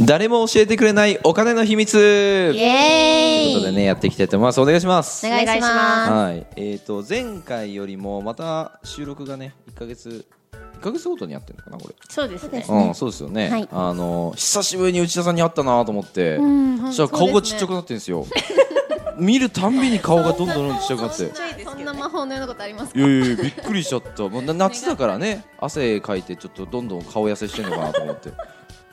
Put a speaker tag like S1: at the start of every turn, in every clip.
S1: 誰も教えてくれないお金の秘密
S2: イ
S1: と
S2: エ
S1: いうことで
S2: ーイ
S1: ねやっていきたいと思いますお願いします
S2: お願いしま
S1: はいえー、と前回よりもまた収録がね1か月1か月ごとにやってるのかなこれ
S3: そうですね。
S1: うん、そうですよね、
S2: はい
S1: あの久しぶりに内田さんに会ったなと思って、
S2: ん
S1: そしたら顔がちっちゃくなってるんですよ見るたんびに顔がどんどんどんどんちっちゃくなって
S2: すそんな魔法のようなことあります
S1: いやいやいやびっくりしちゃったもうな夏だからね汗かいてちょっとどんどん顔痩せしてんのかなと思って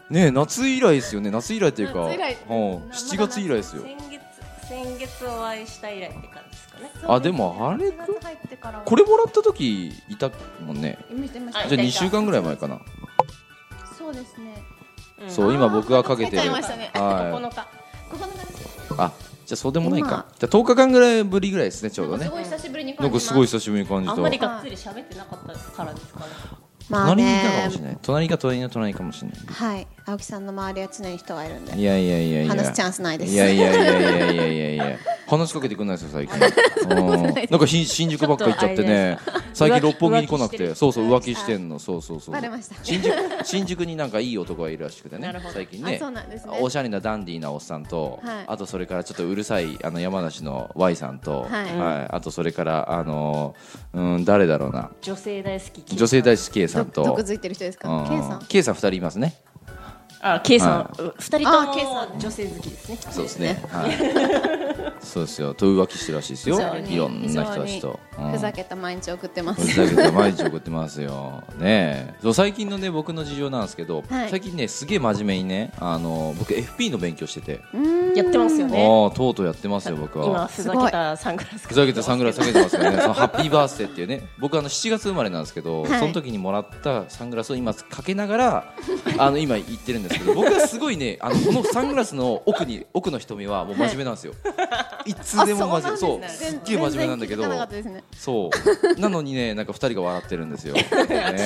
S1: ねえ夏以来ですよね夏以来というか
S3: 夏以来
S1: うん、7月以来ですよ
S3: 先月先月お会いした以来って感じですかね。
S1: あでもあれく
S4: 入ってからは
S1: これもらった時いたもんね
S4: 見てました
S3: あ
S1: じゃあ2週間ぐらい前かな
S4: そうですね
S3: うん
S1: そう今僕がかけてる
S2: 買いましたね
S1: はい
S3: 9日。
S4: ここの中で
S1: あじゃあそうでもないか
S2: 今
S1: じゃあ10日間ぐらいぶりぐらいですねちょうどね
S4: すごい久しぶりに
S1: なんかすごい久しぶりに感じ
S3: あ
S1: た
S3: んまりがっつり喋ってなかったからですかね。
S2: まあ
S1: 隣にいたかも
S2: ね
S1: しれない隣が隣の隣かもしれな
S2: はい青木さんの周りは常に人がいるんで
S1: いいやいやいやいや
S2: 話すチャンスないです
S1: いやいやいやいやいやいやいや話しかけてくんないですよ最 近うんなんか新新宿ばっか行っちゃってね最近
S3: 浮気
S1: 六本木に来なく
S3: 浮気して
S1: て
S3: る
S1: そうそう浮気してんのそうそうそう
S2: バレました
S1: 新宿新宿になんかいい男がいるらしくて
S3: な
S1: ね
S3: るほど
S1: 最近ね
S2: あそうなんですね
S1: おしゃれなダンディーなおっさんと
S2: はい
S1: あとそれからちょっとうるさいあの山梨の Y さんと
S2: はい
S1: はいあとそれからあのうん誰だろうな
S3: 女性大好き。
S1: 女性大
S3: 好き。
S1: 好き K さ
S2: ど
S1: んと
S2: 毒づいてる人ですか K さん
S1: K さん2人いますね
S3: あ、ケイさん
S1: は。
S3: う二人と
S2: あケイさ
S3: も女性好きですね。
S1: そうですね。はい。そうですよ。と浮気してるらしいですよ。
S2: 非常に
S1: いろんな人たちと。うん
S2: ふざけた毎日送ってま
S1: ふ
S2: す
S1: ざけて毎日送ってますよ。ねえ。そう最近のね僕の事情なんですけど、
S2: はい
S1: 最近ねすげえ真面目にねあの僕 FP の勉強してて、
S3: やってますよね。
S1: ああとうとうやってますよ僕
S3: 今
S1: は。
S3: ふざけたサングラス。
S1: ふざけてサングラスかけてますからね。そのハッピーバースデーっていうね。僕あの7月生まれなんですけど、
S2: はい
S1: その時にもらったサングラスを今かけながらあの今言ってるんですけど、僕はすごいねあのこのサングラスの奥に奥の瞳はもう真面目なんですよ。いつでも真面目。そう,、すっげえ真面目なんだけど
S2: 全然気づか。なかったですね
S1: そうなのにねなんか二人が笑ってるんですよ。ね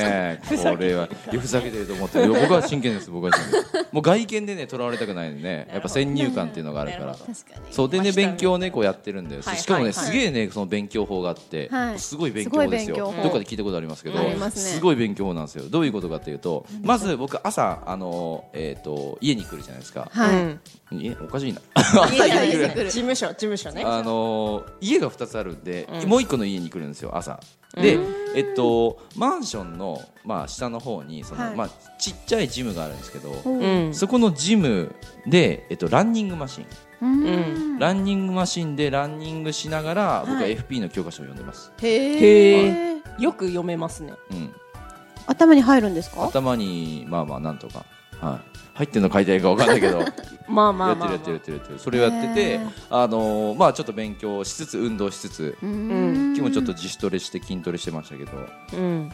S1: えこれはいやふざけてると思ってる。いや僕は真剣です僕は真剣です。もう外見でねとらわれたくないんでね。やっぱ先入観っていうのがあるから
S3: なる。ほ
S2: 確かに
S1: そうで
S3: ま
S1: ね
S3: あ下見
S1: 勉強をねこうやってるんです、
S3: はい
S1: しかもね、
S3: はいはい
S1: すげえねその勉強法があって、
S2: はい
S1: すごい勉強法ですよ
S2: すごい勉強法
S1: どっかで聞いたことありますけど、
S2: ありますね
S1: ごい勉強法なんですよどういうことかっていうとまず僕朝あの、えー、と家に来るじゃないですか、
S2: は
S3: う
S2: い
S3: ん
S1: えおかしいな
S3: 家じゃない
S2: 家に
S3: です
S2: 来る
S3: 事務所事務所ね。
S1: あの家が2つあるんで、
S3: うん
S1: もう1個の家に来るんですよ朝
S3: うん
S1: で、えっとマンションの、まあ、下の方にその、
S2: はい
S1: まあ、ちっちゃいジムがあるんですけど、
S3: うん。
S1: そこのジムで、えっと、ランニングマシン、
S2: うん
S3: うん
S1: ランニングマシンでランニングしながら僕は
S2: はい
S1: FP の教科書を読んでます、
S2: へ
S3: へ
S2: え
S3: よく読めますね。
S1: うん、
S2: 頭に入るんですか
S1: 頭にまあまあなんとか、はい、入ってるの書いてないかわかんないけどやって
S3: まあ
S1: る
S3: ま
S1: や
S3: あ
S1: って
S3: ま
S1: るや
S3: あまあ。
S1: ってるやってるやってるそれをやってて、
S2: へー
S1: あのーまあちょっと勉強しつつ運動しつつ
S2: う
S1: 今
S2: ん
S1: 日もちょっと自主トレして筋トレしてましたけど
S3: うん。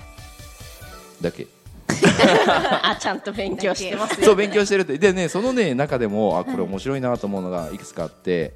S1: だけ
S3: あ、ちゃんと勉強してます。
S1: そう勉強してるってでねそのね中でもあこれ面白いなと思うのがいくつかあって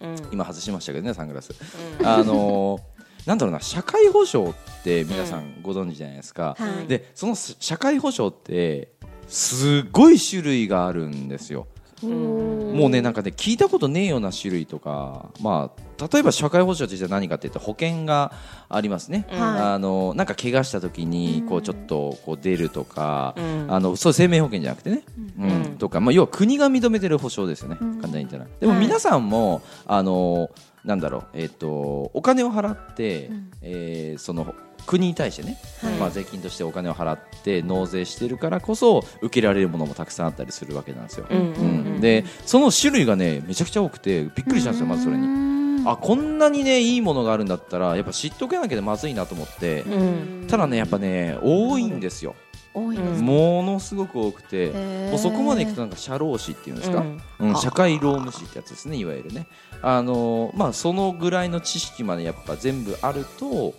S3: うん。
S1: 今外しましたけどねサングラスあのーなんだろうな社会保障って皆さんご存知じゃないですか、
S2: はい
S1: でその社会保障ってすごい種類があるんですよ。もうねなんかね聞いたことねえような種類とか、まあ、例えば社会保障ってじゃあ何かって言って保険がありますね、
S3: うん
S1: あのなんか怪我した時にこうちょっとこう出るとか、
S3: うん
S1: あのそう生命保険じゃなくてね、うん
S3: うん
S1: とか、まあ、要は国が認めてる保障ですよね、簡単に言ったら。でも
S2: はい
S1: 皆さんも、あのなんだろう、えっとお金を払って、えーその国に対してね、
S2: はい
S1: まあ、税金としてお金を払って納税してるからこそ受けられるものもたくさんあったりするわけなんですよ。
S3: うんうんうん
S1: でその種類がねめちゃくちゃ多くてびっくりしたんですよまずそれに。あこんなにねいいものがあるんだったらやっぱ知っとけなきゃまずいなと思って、
S3: うん。
S1: ただねやっぱね多いんですよ、
S2: 多いです
S1: ものすごく多くて、
S2: ー
S1: もうそこまでいくとなんか社労士っていうんですか、
S3: うん
S1: うん社会労務士ってやつですねいわゆるねあのーまあそのぐらいの知識までやっぱ全部あると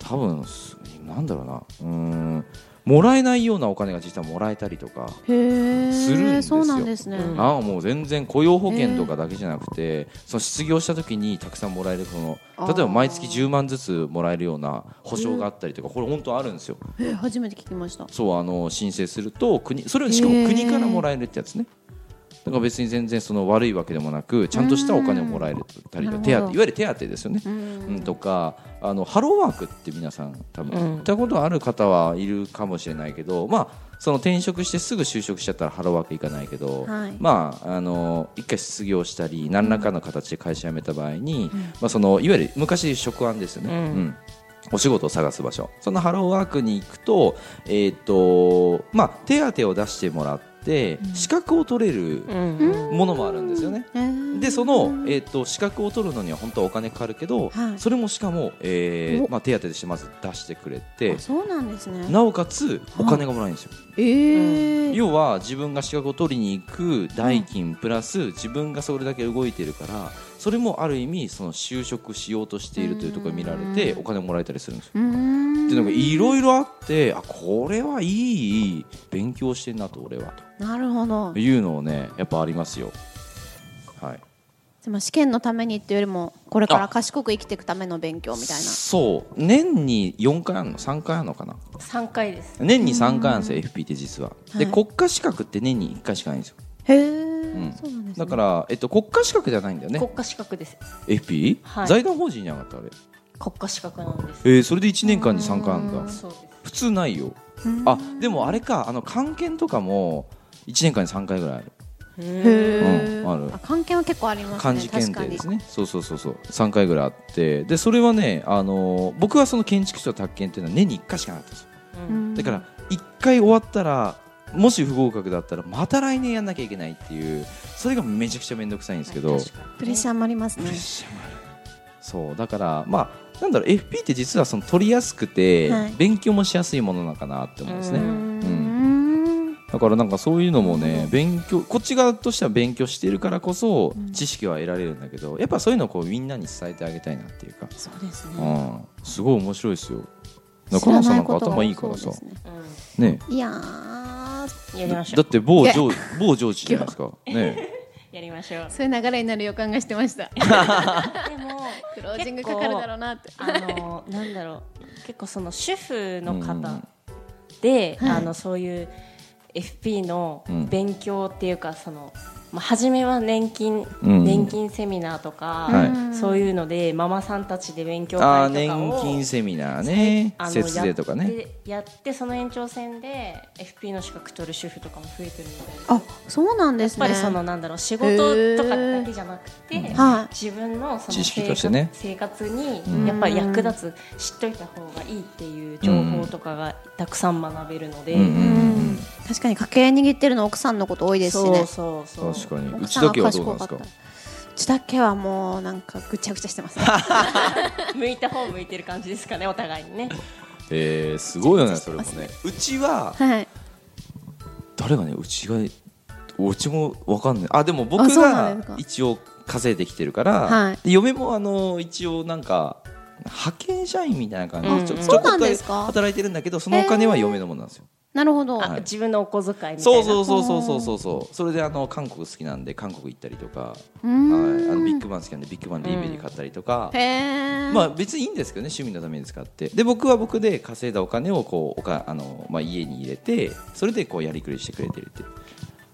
S1: 多分すなんだろうなうーんもらえないようなお金が実はもらえたりとか
S2: へえ
S1: するんですよ
S2: そうなんですね
S3: うん
S1: ああもう全然雇用保険とかだけじゃなくて、その失業した時にたくさんもらえるその
S2: あー
S1: 例えば毎月10万ずつもらえるような保証があったりとか、これ本当あるんですよ
S2: えー初めて聞きました
S1: そうあの申請すると国それをしかも国からもらえるってやつねだから別に全然その悪いわけでもなくちゃんとしたお金をもらえたりと
S2: う
S1: か
S2: ん
S1: 手当
S2: なるほ
S1: いわ
S2: ど
S1: ゆる手当ですよね、
S2: うん
S1: うんとかあのハローワークって皆さん多分
S3: うん
S1: 行ったことある方はいるかもしれないけど、まあその転職してすぐ就職しちゃったらハローワーク行かないけど、
S2: はい
S1: まあ、あの一回失業したり何らかの形で会社辞めた場合に、まあ、そのいわゆる昔職案ですよね、
S3: うん
S1: うんお仕事を探す場所そのハローワークに行くと,、えーとまあ、手当を出してもらって資格を取れる
S3: うん
S1: ものもあるんですよね。
S2: えー
S1: でその、えー、と資格を取るのには本当はお金かかるけど、
S2: はい
S1: それもしかも、えー
S2: お
S1: まあ、手当としてまず出してくれて
S2: あそうなんですね。
S1: なおかつお金がもらえるんですよ。
S2: えー
S1: 要は自分が資格を取りに行く代金プラス自分がそれだけ動いてるからそれもある意味その就職しようとしているというところを見られてお金をもらえたりするんですよ。
S2: うーん
S1: っていうのがいろいろあってあこれはいい勉強してんなと俺は
S2: なるほど
S1: と。いうのをねやっぱありますよ。はい
S2: でも試験のためにっていうよりもこれから賢く生きていくための勉強みたいな。
S1: そう年に4回あるの3回あるのかな
S3: 三回です。
S1: 年に3回あるんですよ FP って実は、で
S2: はい
S1: 国家資格って年に1回しかないんですよ
S2: へえ、
S1: ん
S2: そうなんですね。
S1: だから、えっと、国家資格じゃないんだよね
S3: 国家資格です。
S1: FP、
S3: はい
S1: 財団法人じゃなかったあれ、
S3: 国家資格なんです。
S1: えーそれで1年間に3回あるんだ
S3: そうです。
S1: 普通ないよあでもあれかあの関係とかも1年間に3回ぐらいある
S2: へえ、
S1: うんある
S2: 関係は結構ありますね。
S1: 漢字検定
S2: 確かに
S1: ですねそうそうそうそう3回ぐらいあってでそれはね、あのー僕はその建築士と宅建っていうのは年に1回しかなかったんですよ
S2: うん
S1: だから1回終わったらもし不合格だったらまた来年やんなきゃいけないっていうそれがめちゃくちゃ面倒くさいんですけど、
S2: プレッシャーもありますね。
S1: そうだからまあなんだろう FP って実はその取りやすくて、
S2: はい
S1: 勉強もしやすいものなのかなって思うんですね、
S3: う
S2: うー
S1: うん
S2: ん
S1: だからなんかそういうのもね勉強こっち側としては勉強してるからこそ知識は得られるんだけどやっぱそういうのをこうみんなに伝えてあげたいなっていうか、
S2: そうです
S1: う
S2: ね。
S1: ん、すごい面白いですよ
S2: 知
S1: 中
S2: ら
S1: 野さんな
S2: な
S1: いんか
S2: ことが
S1: 頭いいからさ
S2: そうですね
S3: うん
S1: ね
S2: いやー、
S3: やりましょ
S1: だ
S3: う
S1: っ。て某上某上司じゃないですかね
S3: やりましょう。
S2: そういう流れになる予感がしてました。
S3: でも
S2: クロージングかかるだろうなって。
S3: あのなんだろう結構その主婦の
S1: う
S3: 方
S1: ん
S3: で、
S2: はい
S3: あのそういう FP の
S1: うん
S3: 勉強っていうかその、まあ、初めは年金、
S1: うん
S3: 年金セミナーとか、
S1: は
S3: そういうのでママさんたちで勉強
S1: ああ
S3: 会と
S1: 年
S3: かを
S1: 金セミナーね
S3: あの
S1: 節税とかね
S3: やってやってその延長線で FP の資格取る主婦とかも増えてるみたいです
S2: あ、そうなんで
S3: や
S2: す
S3: っ
S2: ね。
S3: ぱりそのなんだろう仕事とかだけじゃなくて、
S2: はい
S3: 自分のその
S1: 知識
S3: 生
S1: として
S3: 活,、
S1: ね
S3: 生活にやっぱり役立つ知っといた方がいいっていう情報とかがたくさん学べるので、
S1: うんうん
S2: うん確かに家計握ってるの奥さんのこと多いですし
S3: そう
S2: ね。
S3: そうそう
S1: 確かにう
S2: 奥
S1: ち
S2: さん
S1: だけはどうなんですか
S2: 賢ったうちだけはもうなんかぐちゃぐちゃしてます。
S3: 向いた方向いてる感じですかねお互いにね
S1: えー、すごいよねそれもねうちは
S2: はい。
S1: 誰がねうちがうちもわかんないあでも僕
S2: あそうなんです
S1: が
S2: か
S1: 一応稼いできてるから、
S2: はい
S1: で嫁もあの一応なんか派遣社員みたいな感じで、
S3: うん
S1: ちょ
S3: うん
S1: ちょこっと
S2: そうなんですか
S1: 働いてるんだけどそのお金は嫁のものなんですよ、
S2: なるほど。
S1: はい
S3: 自分のお小遣いみたいな
S1: そうそうそうそうそうそうそうそれであの韓国好きなんで韓国行ったりとか、
S2: うー
S1: はい、あのビッ
S2: ん。
S1: グバン好きなんでビッグバン DVD 買ったりとか、
S2: へえ。
S1: まあ別にいいんですけどね趣味のために使ってで僕は僕で稼いだお金をこうおかあの、まあ、家に入れてそれでこうやりくりしてくれてるっていう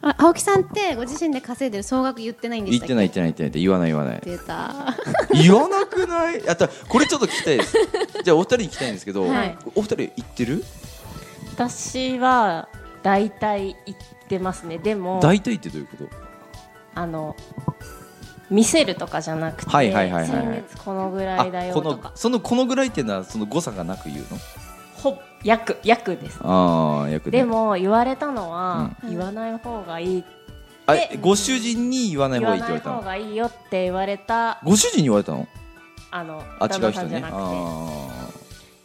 S2: あ青木さんってご自身で稼いでる総額言ってないんで
S1: 言
S2: し
S1: った
S2: ってけ
S1: ない言ってない言ってないって言わない言わない
S2: 出た
S1: 言わなくないあたこれちょっと聞きたい ですじゃあお二人に聞きたいんですけど、
S2: はい
S1: お二人行ってる
S3: 私は大体行ってますねでも
S1: 大体ってどういうこと
S3: あの見せるとかじゃなくて、
S1: はいはいはいはいはい
S3: 先月このぐらいだよ
S1: ことの
S3: か
S1: そのこのぐらいっていうのはその誤差がなく言うの
S3: ほぼ約約です
S1: ああ役
S3: でも言われたのは、
S2: うん
S3: 言わない方がいい
S1: あ
S3: で
S1: ご主人に言わない
S3: 言
S1: 方が
S3: わ
S1: いいって言
S3: な
S1: われたの
S3: い方がいいよって言われた
S1: ご主人に言われたの
S3: あの
S1: あ
S3: 旦
S1: 違う
S3: 那
S1: 人
S3: さんじゃ
S1: ね
S3: なくて
S1: あ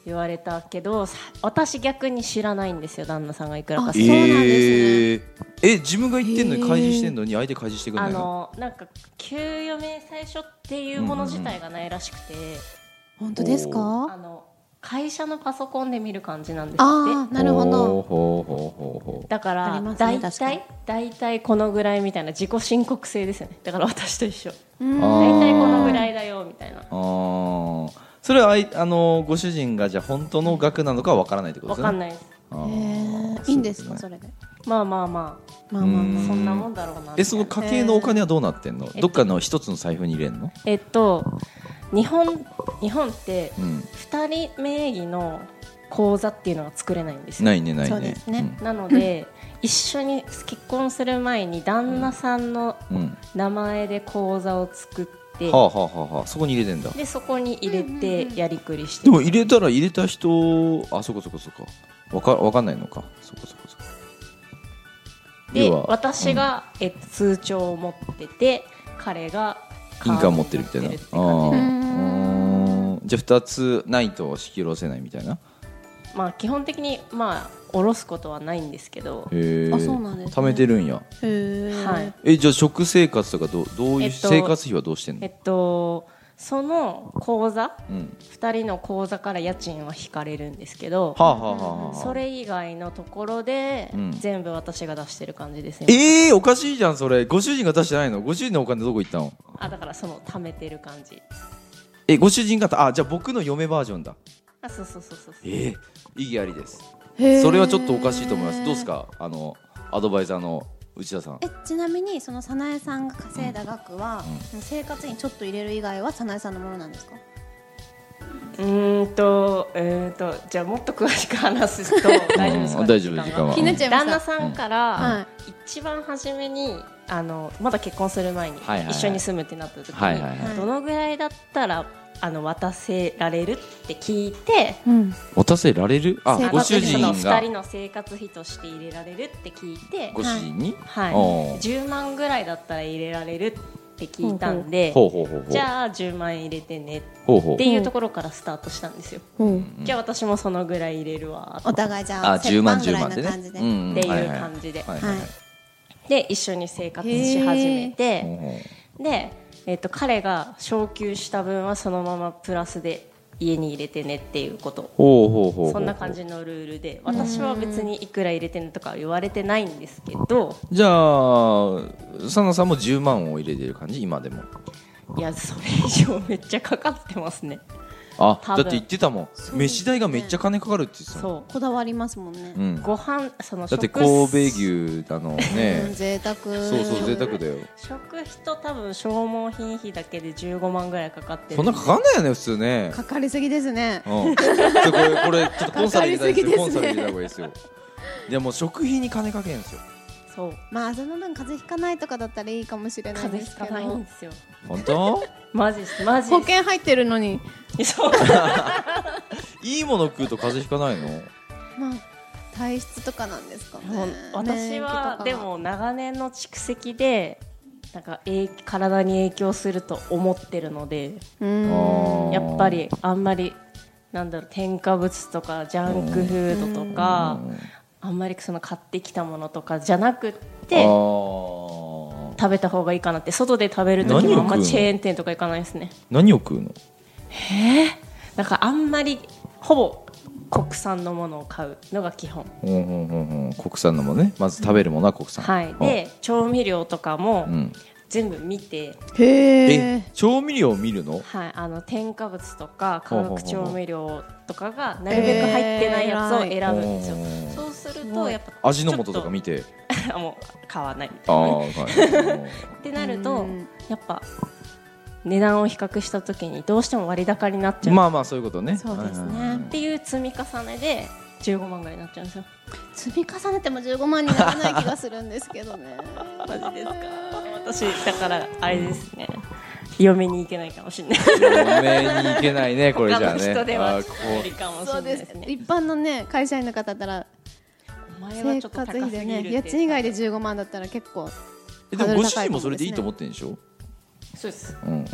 S3: 言われたけどさ私逆に知らないんですよ旦那さんがいくらか
S1: ー
S2: あそうなん
S1: え
S2: で
S1: ーえ自分が言ってんのに開示してんのに相手開示してくれ
S3: あ
S1: ないの
S3: のなんか給与明細書っていうもの自体がないらしくて、
S2: 本当です
S3: あ
S2: か
S3: の会社のパソコンで見る感じなんですっ
S2: ああ
S3: て
S2: なるほど
S1: ほうほうほうほうほ
S3: だか
S2: あ
S3: ら
S2: りますね
S3: 大
S2: 確かに
S3: 体大体このぐらいみたいな自己申告制ですよねだから私と一緒
S2: う
S1: あ
S2: ん
S1: ー
S3: 大体このぐらいだよみたいな
S1: うああそれはあいあのご主人がじゃあ本当の額なのかわからないってことで
S3: わ
S1: すね
S3: かんないです
S1: あ
S2: へ
S1: ー
S2: ーいいんですか
S1: そう
S2: それで
S3: まあまあま
S2: まあまあま
S3: あ
S1: うん
S3: そんなもんだろうなみたいな
S1: えその家計のお金はどうなってんの、
S3: え
S1: どっかの一つの財布に入れんの、
S3: えっと日本日本って
S1: うん、
S3: 2人名義の口座っていうのが作れないんですよ
S1: ないねないね
S2: そうですね
S3: なので一緒に結婚する前に旦那さんの
S1: うんうん
S3: 名前で口座を作って、
S1: はあはあはあはあそこに入れてんだ
S3: でそこに入れ
S4: うんうんう
S3: て
S4: ん
S3: やりくりして
S1: でも入れたら入れた人あそこそこそこわかわかんないのかそこそこそこ
S3: で
S1: 要は
S3: 私が、えっと通帳を持ってて彼が
S1: 印鑑持ってるみたいな
S3: カー
S1: あ
S3: ドを持ってるって感
S1: ーうーんじゃあ2つないと仕切らせないみたいな
S3: じまあ基本的にまあ下ろすことはないんですけど、
S1: へえ
S2: あそうなんですね
S1: 貯めてるんや
S2: へえ
S3: はい
S1: えじゃあ食生活とかどうどういう、
S3: えっと
S1: 生活費はどうしてん
S3: えっ
S1: の、
S3: とその口座
S1: うん、
S3: 2人の口座から家賃は引かれるんですけど
S1: はあ、はあはあはあ、
S3: それ以外のところで、
S1: うん
S3: 全部私が出してる感じですね
S1: ええー、おかしいじゃんそれご主人が出してないのご主人のお金どこ行ったの
S3: あだからその貯めてる感じ
S1: えご主人方あじゃあ僕の嫁バージョンだ
S3: あそうそうそうそうそう
S1: ええ意義ありです
S2: へー
S1: それはちょっとおかしいと思いますどうですかあのアドバイザーの内田さん
S2: えちなみにその早苗さんが稼いだ額は、生活にちょっと入れる以外は早苗さんのものなんですか
S3: うーんと、えー、とじゃあもっと詳しく話すと大丈夫ですか、
S1: うん大丈夫時間は
S2: 気になっちゃいました
S3: 旦那さんか
S2: うんは
S3: ら一番初めにあのまだ結婚する前に
S1: はいはいはい
S3: 一緒に住むってなった時
S1: はいはいはい
S3: にどのぐらいだったらあの渡せられるって聞いて
S2: うん
S1: 渡せられるあ
S2: 生
S1: ご
S2: 活
S1: 主
S2: 費
S1: 人
S3: の
S1: が
S3: 2人の生活費として入れられるって聞いて
S1: ご主人に、
S3: はい
S1: おー
S3: 10万ぐらいだったら入れられるって聞いたんで
S1: ほうほうほうほう
S3: じゃあ10万入れてねっ
S1: ほうほう
S3: ていうところからスタートしたんですよ。
S2: うん
S3: じゃあ私もそのぐらい入れるわ
S2: お互いじゃ
S1: あ
S2: あ
S1: 10万10
S2: 折半
S1: 万
S2: ぐ
S1: で
S2: らいな感じ
S1: ね
S2: で、
S1: ん
S3: っていう
S1: はいはい
S3: 感じで
S1: はいはいはい
S3: で一緒に生活し始めて
S1: ほうほう
S3: で、えっと彼が昇給した分はそのままプラスで家に入れてねっていうこと
S1: ほうほうほうほう
S3: そんな感じのルールで私は別にいくら入れてねとかは言われてないんですけど
S1: じゃあサナさんも10万を入れてる感じ今でも
S3: いやそれ以上めっちゃかかってますね
S1: あだって
S3: 多分
S1: 言ってたもん、
S2: すね
S1: 飯代がめっちゃ金かかるって言ってたもん
S3: そ
S2: こだわりますもんね
S1: う、ん、
S3: うご飯その
S1: だって
S3: 食
S1: 神戸牛だの
S2: うん
S1: ね
S2: 贅沢
S1: そうそう贅沢だよ
S3: 食費と多分消耗品費だけで15万ぐらいかかってる
S1: そんなかかんないよね普通ね
S2: かかりすぎですね
S1: うん、ちょっとこ れこれちょっとコンサル入れたいですよ
S2: か
S1: コ
S2: か
S1: ンサ
S2: りす
S1: ル入
S2: ぎですね
S1: れた方がいいですよいやもう食費に金かけんですよ
S3: そう
S2: まあその分風邪ひかないとかだったらいいかもしれない
S3: 風
S2: で
S3: 邪
S2: す
S3: ひ
S2: け
S3: かないん
S2: ど
S3: ですよ
S1: 本当
S3: マジですマジ
S2: 保
S3: で
S2: 険入ってるのに
S3: すそう
S1: いいもの食うと風邪ひかないの
S2: まあ体質とかなんですかね
S3: もう私はで
S2: 免疫とかが
S3: も長年の蓄積でなんかえい体に影響すると思ってるので
S2: う
S1: あ
S2: ん
S1: ー
S3: やっぱりあんまりなんだろう添加物とかジャンクフードとか
S1: うん
S3: あんまりその買ってきたものとかじゃなくっ
S1: あ
S3: て
S1: ー
S3: 食べた方がいいかなって外で食べる時
S1: 何を
S3: も
S1: 食
S3: あ
S1: うんの
S3: まチェーン店とか行かないですね
S1: 何を食うの
S3: だからあんまりほぼ国産のものを買うのが基本
S1: うんうんうんうん国産のもねまず食べるものは国産
S3: はいで調味料とかも
S1: うん
S3: 全部見て
S2: へ
S1: え
S2: え
S1: 調味料を見るの
S3: はい、あの添加物とか
S1: ほ
S3: 化
S1: うほうほう
S3: 学調味料とかがなるべく入ってないやつを選ぶんですよ、
S1: えー偉い
S3: そうする
S2: すご
S3: と
S2: い
S3: やっぱ
S1: 味の素とか見て
S3: てもう買わないみ
S1: あ
S3: たいな
S1: あ
S3: ね
S1: はい
S3: ってなると
S2: うん
S3: やっぱ値段を比較した時にどうしても割高になっ ちゃう、
S1: まあまあそういうことね
S2: そうです
S1: は
S2: ね
S1: いはいはい
S3: っていう積み重ねで15万ぐらいになっちゃうんですよ
S2: 積み重ねても15万にならない気がするんですけど ね
S3: マジですか私だからあれですね嫁に行けないかもしれない
S1: 嫁に行けないねこれじゃ
S3: 他
S1: あ
S3: の
S1: ね
S3: 人で
S1: あ
S3: は
S1: ー
S3: ち
S1: こ
S3: ょっと無理かもし
S2: そ
S3: れ
S2: う
S3: ない
S2: で
S3: です
S2: す
S3: ね
S2: 一般のね会社員の方だったら
S3: お前は
S2: 生
S3: ちょっと高
S2: 活
S3: すぎる
S2: 費
S3: って
S2: でね家賃以外で15万だったら結構
S1: うでもご主人もそれでいいと思ってんでしょ
S3: そうです
S1: うんうん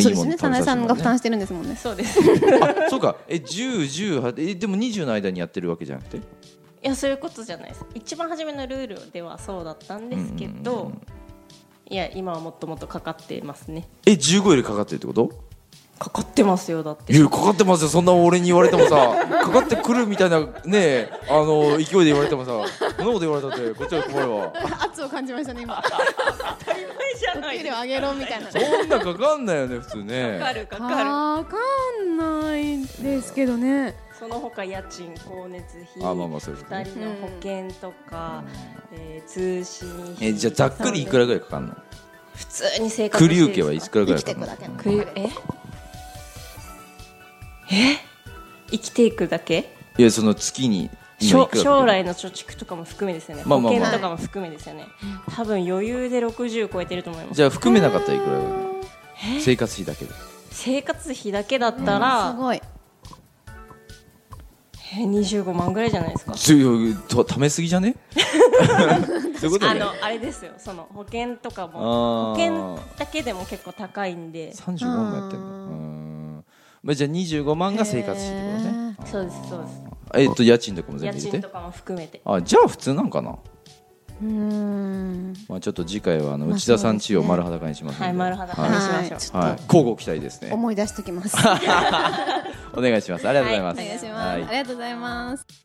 S2: そうですね、
S1: 食
S2: 早
S1: べ
S2: 苗
S1: させ
S2: さ
S1: て
S2: ん
S1: もらうね
S2: が負担してるんですもんね。
S3: そうです
S1: あそうかえ1018えでも20の間にやってるわけじゃなくて
S3: いやそういうことじゃないです一番初めのルールではそうだったんですけど、いや今はもっともっとかかってますね
S1: え15よりかかってるってこと
S3: かかってますよだっ
S1: いやかかってますよそんな俺に言われてもさかかってくるみたいなねあの勢いで言われてもさそんなこと言われたってこっちは困るわ
S2: 圧を感じましたね、今。お給料
S3: じゃないです
S2: 上げろみたいな。わ
S1: そんなかかんないよね普通ね
S3: かかるかか
S2: かんないですけどね。
S3: るその他家賃光熱費
S1: あまあまあそうですね
S3: 2人の保険とか、えー通信費
S1: えじゃあざっくりいくらぐらいかかんの
S3: 普通に生活
S1: 繰り受け
S3: は
S1: はいくらぐら
S2: 生
S1: い
S2: きて
S1: か
S2: い
S1: か
S2: く
S1: ん
S2: だけの
S1: の
S3: ええ生きていくだけ
S1: いやその月に
S3: しょ
S1: 今いくらかける
S3: 将来の貯蓄とかも含めですよね、
S1: まあまあまあ
S3: 保険とかも含めですよね、多分余裕で60超えてると思います
S1: じゃあ含めなかったらいくらだろう生活費だけで
S3: 生活費だけだったら、
S2: すごい
S3: えー25万ぐらいじゃないですか
S1: ちょと貯めすぎじゃねそういうこと
S3: あ
S1: ね
S3: のあれですよその保険とか
S1: あ
S3: も保
S1: ー
S3: 険だけでも結構高いんで
S1: 35万もやってんだうーんまあじゃあ25万が生活費ってことね
S3: そうですそうです
S1: あえっと家賃とかも全
S3: 家
S1: 部入
S3: 賃
S1: れ
S3: と
S1: て
S3: かも含めて
S1: あじゃあ普通なんかな
S2: うーん
S1: まあちょっと次回はあの
S2: まあ
S1: 内田さん
S2: そうです
S1: ち
S2: ね
S1: を丸裸にしますんで
S3: はい丸裸
S1: は
S3: にしま
S2: はい
S3: しょう、
S2: ちょっ
S1: はい交互期待です
S2: と
S1: ね
S2: 思い出してきます
S1: お願いしますありがとうございま
S3: は
S1: す
S3: いお願いし
S1: はい
S4: ありがとうございます。